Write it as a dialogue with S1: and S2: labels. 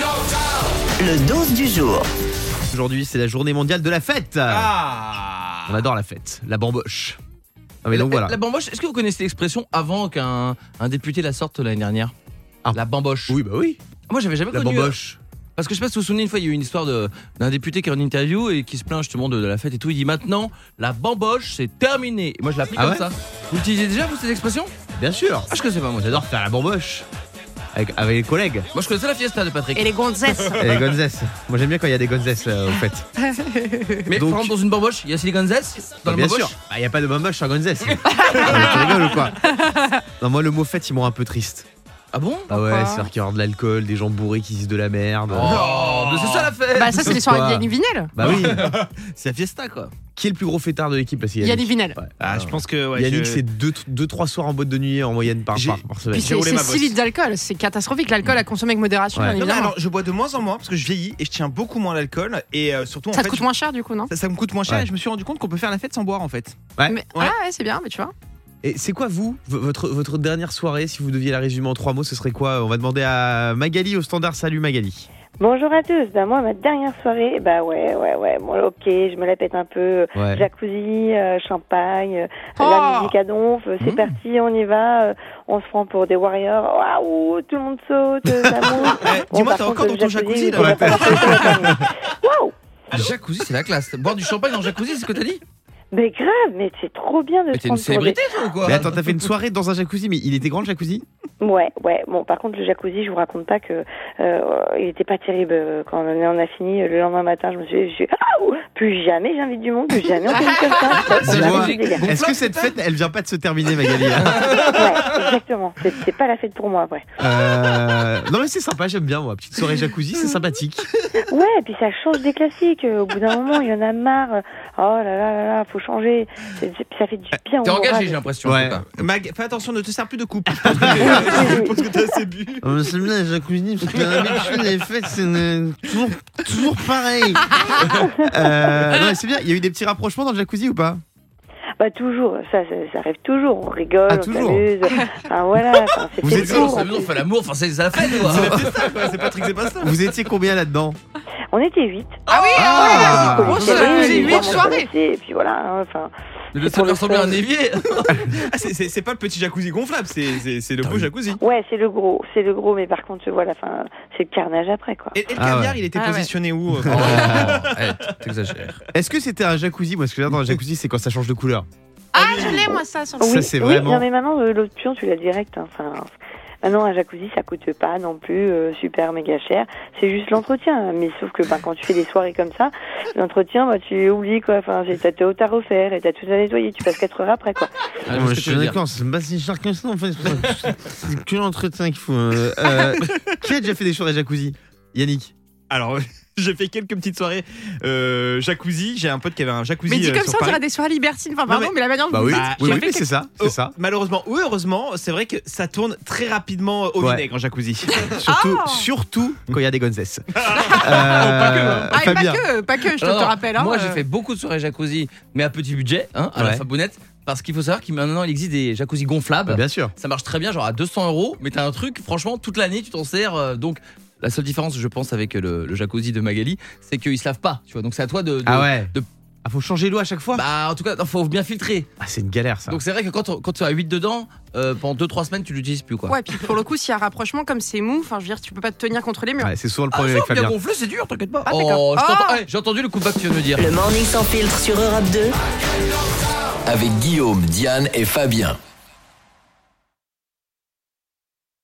S1: Le 12 du jour.
S2: Aujourd'hui, c'est la journée mondiale de la fête.
S3: Ah
S2: On adore la fête, la bamboche. Ah, mais
S3: la,
S2: donc voilà.
S3: la bamboche, est-ce que vous connaissez l'expression avant qu'un un député la sorte l'année dernière
S2: Ah.
S3: La bamboche.
S2: Oui, bah oui,
S3: Moi, j'avais jamais
S2: la
S3: connu.
S2: bamboche.
S3: euh, Parce que je sais pas si vous vous souvenez, une fois, il y a eu une histoire de- d'un député qui est en interview et qui se plaint justement de, de la fête et tout. Il dit maintenant, la bamboche, c'est terminé. Et moi, je l'applique
S2: Ah
S3: comme
S2: ouais
S3: ça. Vous utilisez déjà, vous, cette expression
S2: Bien sûr.
S3: Ah, je connaissais pas, moi.
S2: J'adore faire la bamboche. Avec, avec les collègues
S3: Moi, je connaissais la fiesta de Patrick.
S4: Et les gonzesses.
S2: et les gonzesses. Moi j'aime bien quand il y a des gonzesses euh, aux fêtes.
S3: Mais
S2: donc-
S3: par exemple, dans une bamboche, il y a aussi les gonzesses
S2: Bah,
S3: Dans la
S2: bien
S3: bamboche
S2: sûr. Il n'y a pas de bamboche sans gonzesse. Non, mais tu rigoles ou quoi Non, moi le mot fête, il me rend un peu triste.
S3: Ah bon
S2: Ah ouais,
S4: Pourquoi
S2: c'est-à-dire qu'il y aura de l'alcool, des gens bourrés qui disent de la merde.
S3: Oh, mais c'est ça la fête
S4: bah ça c'est les
S2: Quoi
S4: soirées de Yannick
S5: Ben,
S4: Vinel.
S2: Bah oui.
S3: C'est la fiesta, quoi.
S2: Qui est le plus gros fêtard de l'équipe Parce qu'il y a
S4: Yannick
S2: Yannick.
S4: Vinel.
S2: Ouais.
S5: Ah, je pense que ouais,
S2: Yannick,
S5: je-
S2: c'est 2-3 deux, deux, trois soirs en boîte de nuit en moyenne par,
S5: J'ai-
S2: par, par semaine.
S4: Puis
S5: J'ai
S4: c'est
S5: roulé
S4: c'est
S5: ma
S4: 6
S5: bosse.
S4: litres d'alcool, c'est catastrophique. L'alcool à consommer avec modération,
S2: Ouais.
S4: bien
S5: Non, mais
S4: évidemment.
S5: alors, je bois de moins en moins parce que je vieillis et je tiens beaucoup moins l'alcool et euh, surtout en
S4: ça te
S5: fait,
S4: coûte
S5: je-
S4: moins cher du coup, non
S5: ça, ça me coûte moins cher
S2: Ouais.
S5: et je me suis rendu compte qu'on peut faire la fête sans boire en fait.
S2: Ouais.
S4: Mais-
S5: Ouais.
S4: Ah ouais, c'est bien, mais tu vois.
S2: Et c'est quoi vous v- votre, votre dernière soirée Si vous deviez la résumer en trois mots, ce serait quoi On va demander à Magali au standard. Salut Magali.
S6: Bonjour à tous. Bah moi ma dernière soirée, bah ouais ouais ouais. Bon ok, je me la pète un peu.
S2: Ouais.
S6: Jacuzzi, euh, champagne, euh,
S4: Oh
S6: la musique à donf. euh, C'est
S2: Mmh.
S6: parti, on y va. euh, on se prend pour des warriors. Waouh, tout le monde saute, euh, ça monte.
S5: Eh,
S6: Bon,
S5: Dis-moi,
S6: par
S5: t'es
S6: contre,
S5: encore dans
S6: le
S5: ton jacuzzi là
S6: on va pas leur sauter la famille. Waouh.
S3: Jacuzzi, c'est la classe. Boire du champagne en jacuzzi, c'est ce que t'as dit
S6: Mais grave, mais c'est trop bien de
S3: Mais
S6: se
S3: t'es une
S6: prendre pour des...
S3: célébrité, toi, ou quoi
S2: Mais attends, t'as fait une soirée dans un jacuzzi, mais il était grand le jacuzzi
S6: Ouais, ouais. Bon, par contre, le jacuzzi, je vous raconte pas que euh, il était pas terrible euh, quand on en a fini. euh, Le lendemain matin, je me suis, je suis, Ah, ouh, plus jamais j'invite du monde, plus jamais on finit comme ça.
S2: Dis-moi.
S6: Jamais je dégage.
S3: Gonflable,
S2: Est-ce que cette fête, elle vient pas de se terminer, Magali hein
S6: Ouais, exactement. C'est- C'est pas la fête pour moi, ouais.
S2: Euh, Non, mais c'est sympa, j'aime bien moi. Petite soirée jacuzzi, c'est sympathique.
S6: Ouais, et puis ça change des classiques. euh, Au bout d'un moment, il y en a marre. Oh là là là là, faut changer. C'est- c'est- Ça fait du bien.
S3: Eh, T'es
S6: au moral.
S3: engagé, j'ai l'impression.
S2: Ouais.
S3: c'est pas.
S5: Mag, fais attention, ne te sers plus de coupe. Je pense que t'es- je pense que t'as assez bu.
S2: C'est bien les jacuzzi, parce que l'habitude, les fêtes, c'est toujours, pareil. Euh, non, mais c'est bien, il y a eu des petits rapprochements dans le jacuzzi ou pas
S6: Bah toujours, ça, ça, ça arrive toujours. On rigole,
S2: Ah,
S6: on
S2: toujours.
S6: s'amuse. Enfin voilà, enfin, c'est
S2: Vous
S6: fait
S2: êtes
S6: pour,
S3: on
S6: en
S3: s'amuse, on
S6: plus.
S3: fait l'amour, enfin, c'est c'est la fête, quoi.
S5: C'est la fiesta, quoi. C'est Patrick, c'est pas ça.
S2: Vous étiez combien là-dedans
S6: On était huit.
S4: Ah oui,
S2: Ah.
S4: ouais,
S3: Oh,
S4: c'est
S3: ça,
S4: vrai,
S3: c'est
S4: j'ai eu
S3: une
S4: une soirée.
S6: Et puis voilà, hein, enfin.
S3: Le ça
S6: pour
S3: lui
S6: le
S3: ressemblait à un
S6: fun.
S3: évier.
S4: Oh,
S5: Ah, c'est- c'est c'est pas le petit jacuzzi gonflable, c'est- c'est c'est le beau jacuzzi.
S6: Ouais, c'est le gros, c'est le gros, mais par contre, voilà, enfin, c'est le carnage après, quoi.
S5: Et, et le
S2: Ah
S5: caviar,
S2: ouais.
S5: il était
S4: Ah ouais.
S5: positionné où euh,
S3: Oh,
S5: quand-
S3: eh, T'exagères.
S2: Est-ce que c'était un jacuzzi Moi, ce que j'adore dans le jacuzzi, c'est quand ça change de couleur.
S4: Ah, je l'ai moi ça sur le
S6: Oui,
S2: Ça, c'est
S6: oui,
S2: vraiment-
S6: non, mais maintenant, euh, l'option, tu l'as direct. hein, Enfin, maintenant, un jacuzzi, ça coûte pas non plus euh, super méga cher. C'est juste l'entretien. hein, Mais sauf que ben, quand tu fais des soirées comme ça, l'entretien, bah, tu oublies, quoi. Enfin, c'est- t'as tout à refaire et t'as tout à nettoyer. Tu passes 4 heures après, quoi.
S3: Ah, je sais ce que tu veux dire.
S2: c'est pas si cher que ça en fait. C'est que l'entretien qu'il faut. euh, euh, qui a déjà fait des choses à jacuzzi Yannick
S5: Alors, j'ai fait quelques petites soirées euh, jacuzzi. J'ai un pote qui avait un jacuzzi.
S4: Mais dit
S5: euh,
S4: comme
S5: sur
S4: ça, on
S5: Paris.
S4: dirait des soirées libertines. Enfin, pardon,
S5: mais-
S4: mais la manière dont
S2: Bah oui,
S4: vous-
S5: Bah,
S2: oui,
S4: j'ai
S2: oui,
S4: fait
S2: mais c'est ça,
S5: Oh,
S2: c'est ça.
S5: Malheureusement ou heureusement, c'est vrai que ça tourne très rapidement au
S2: Ouais.
S5: vinaigre en jacuzzi.
S2: Ah. Surtout,
S4: Oh
S2: surtout quand il y a des gonzesses. Euh,
S4: Ah, et pas
S2: Fabien,
S4: que, pas que, je te,
S3: Alors,
S4: te rappelle. hein,
S3: Moi,
S4: euh,
S3: j'ai fait beaucoup de soirées jacuzzi, mais à petit budget, hein, à
S2: Ouais.
S3: la fabounette. Parce qu'il faut savoir qu'il maintenant, il existe des jacuzzi gonflables.
S2: Bah, bien sûr.
S3: Ça marche très bien, genre à 200 euros, mais t'as un truc, franchement, toute l'année, tu t'en sers. euh, donc, la seule différence, je pense, avec le, le jacuzzi de Magali, c'est qu'ils se lavent pas, tu vois. Donc, c'est à toi de. de-
S2: Ah ouais.
S3: de-
S2: Ah, faut changer l'eau à chaque fois
S3: Bah, en tout cas, non, faut bien filtrer.
S2: Ah, c'est une galère ça.
S3: Donc, c'est vrai que quand, on- quand tu as 8 dedans, euh, pendant 2-3 semaines, tu l'utilises plus, quoi.
S4: Ouais, puis pour le coup, s'il y a rapprochement, comme c'est mou, enfin, je veux dire, tu peux pas te tenir contre les murs.
S2: Ouais, c'est souvent le
S3: Ah,
S2: problème
S3: ça,
S2: avec Fabien.
S3: bien gonflé, c'est dur, t'inquiète pas.
S4: Ah,
S3: oh,
S4: d'accord.
S3: je t'entends-
S4: Ah.
S3: eh, j'ai entendu le coup de bac que tu viens de dire.
S1: Le morning sans filtre sur Europe 2.
S7: avec Guillaume, Diane et Fabien.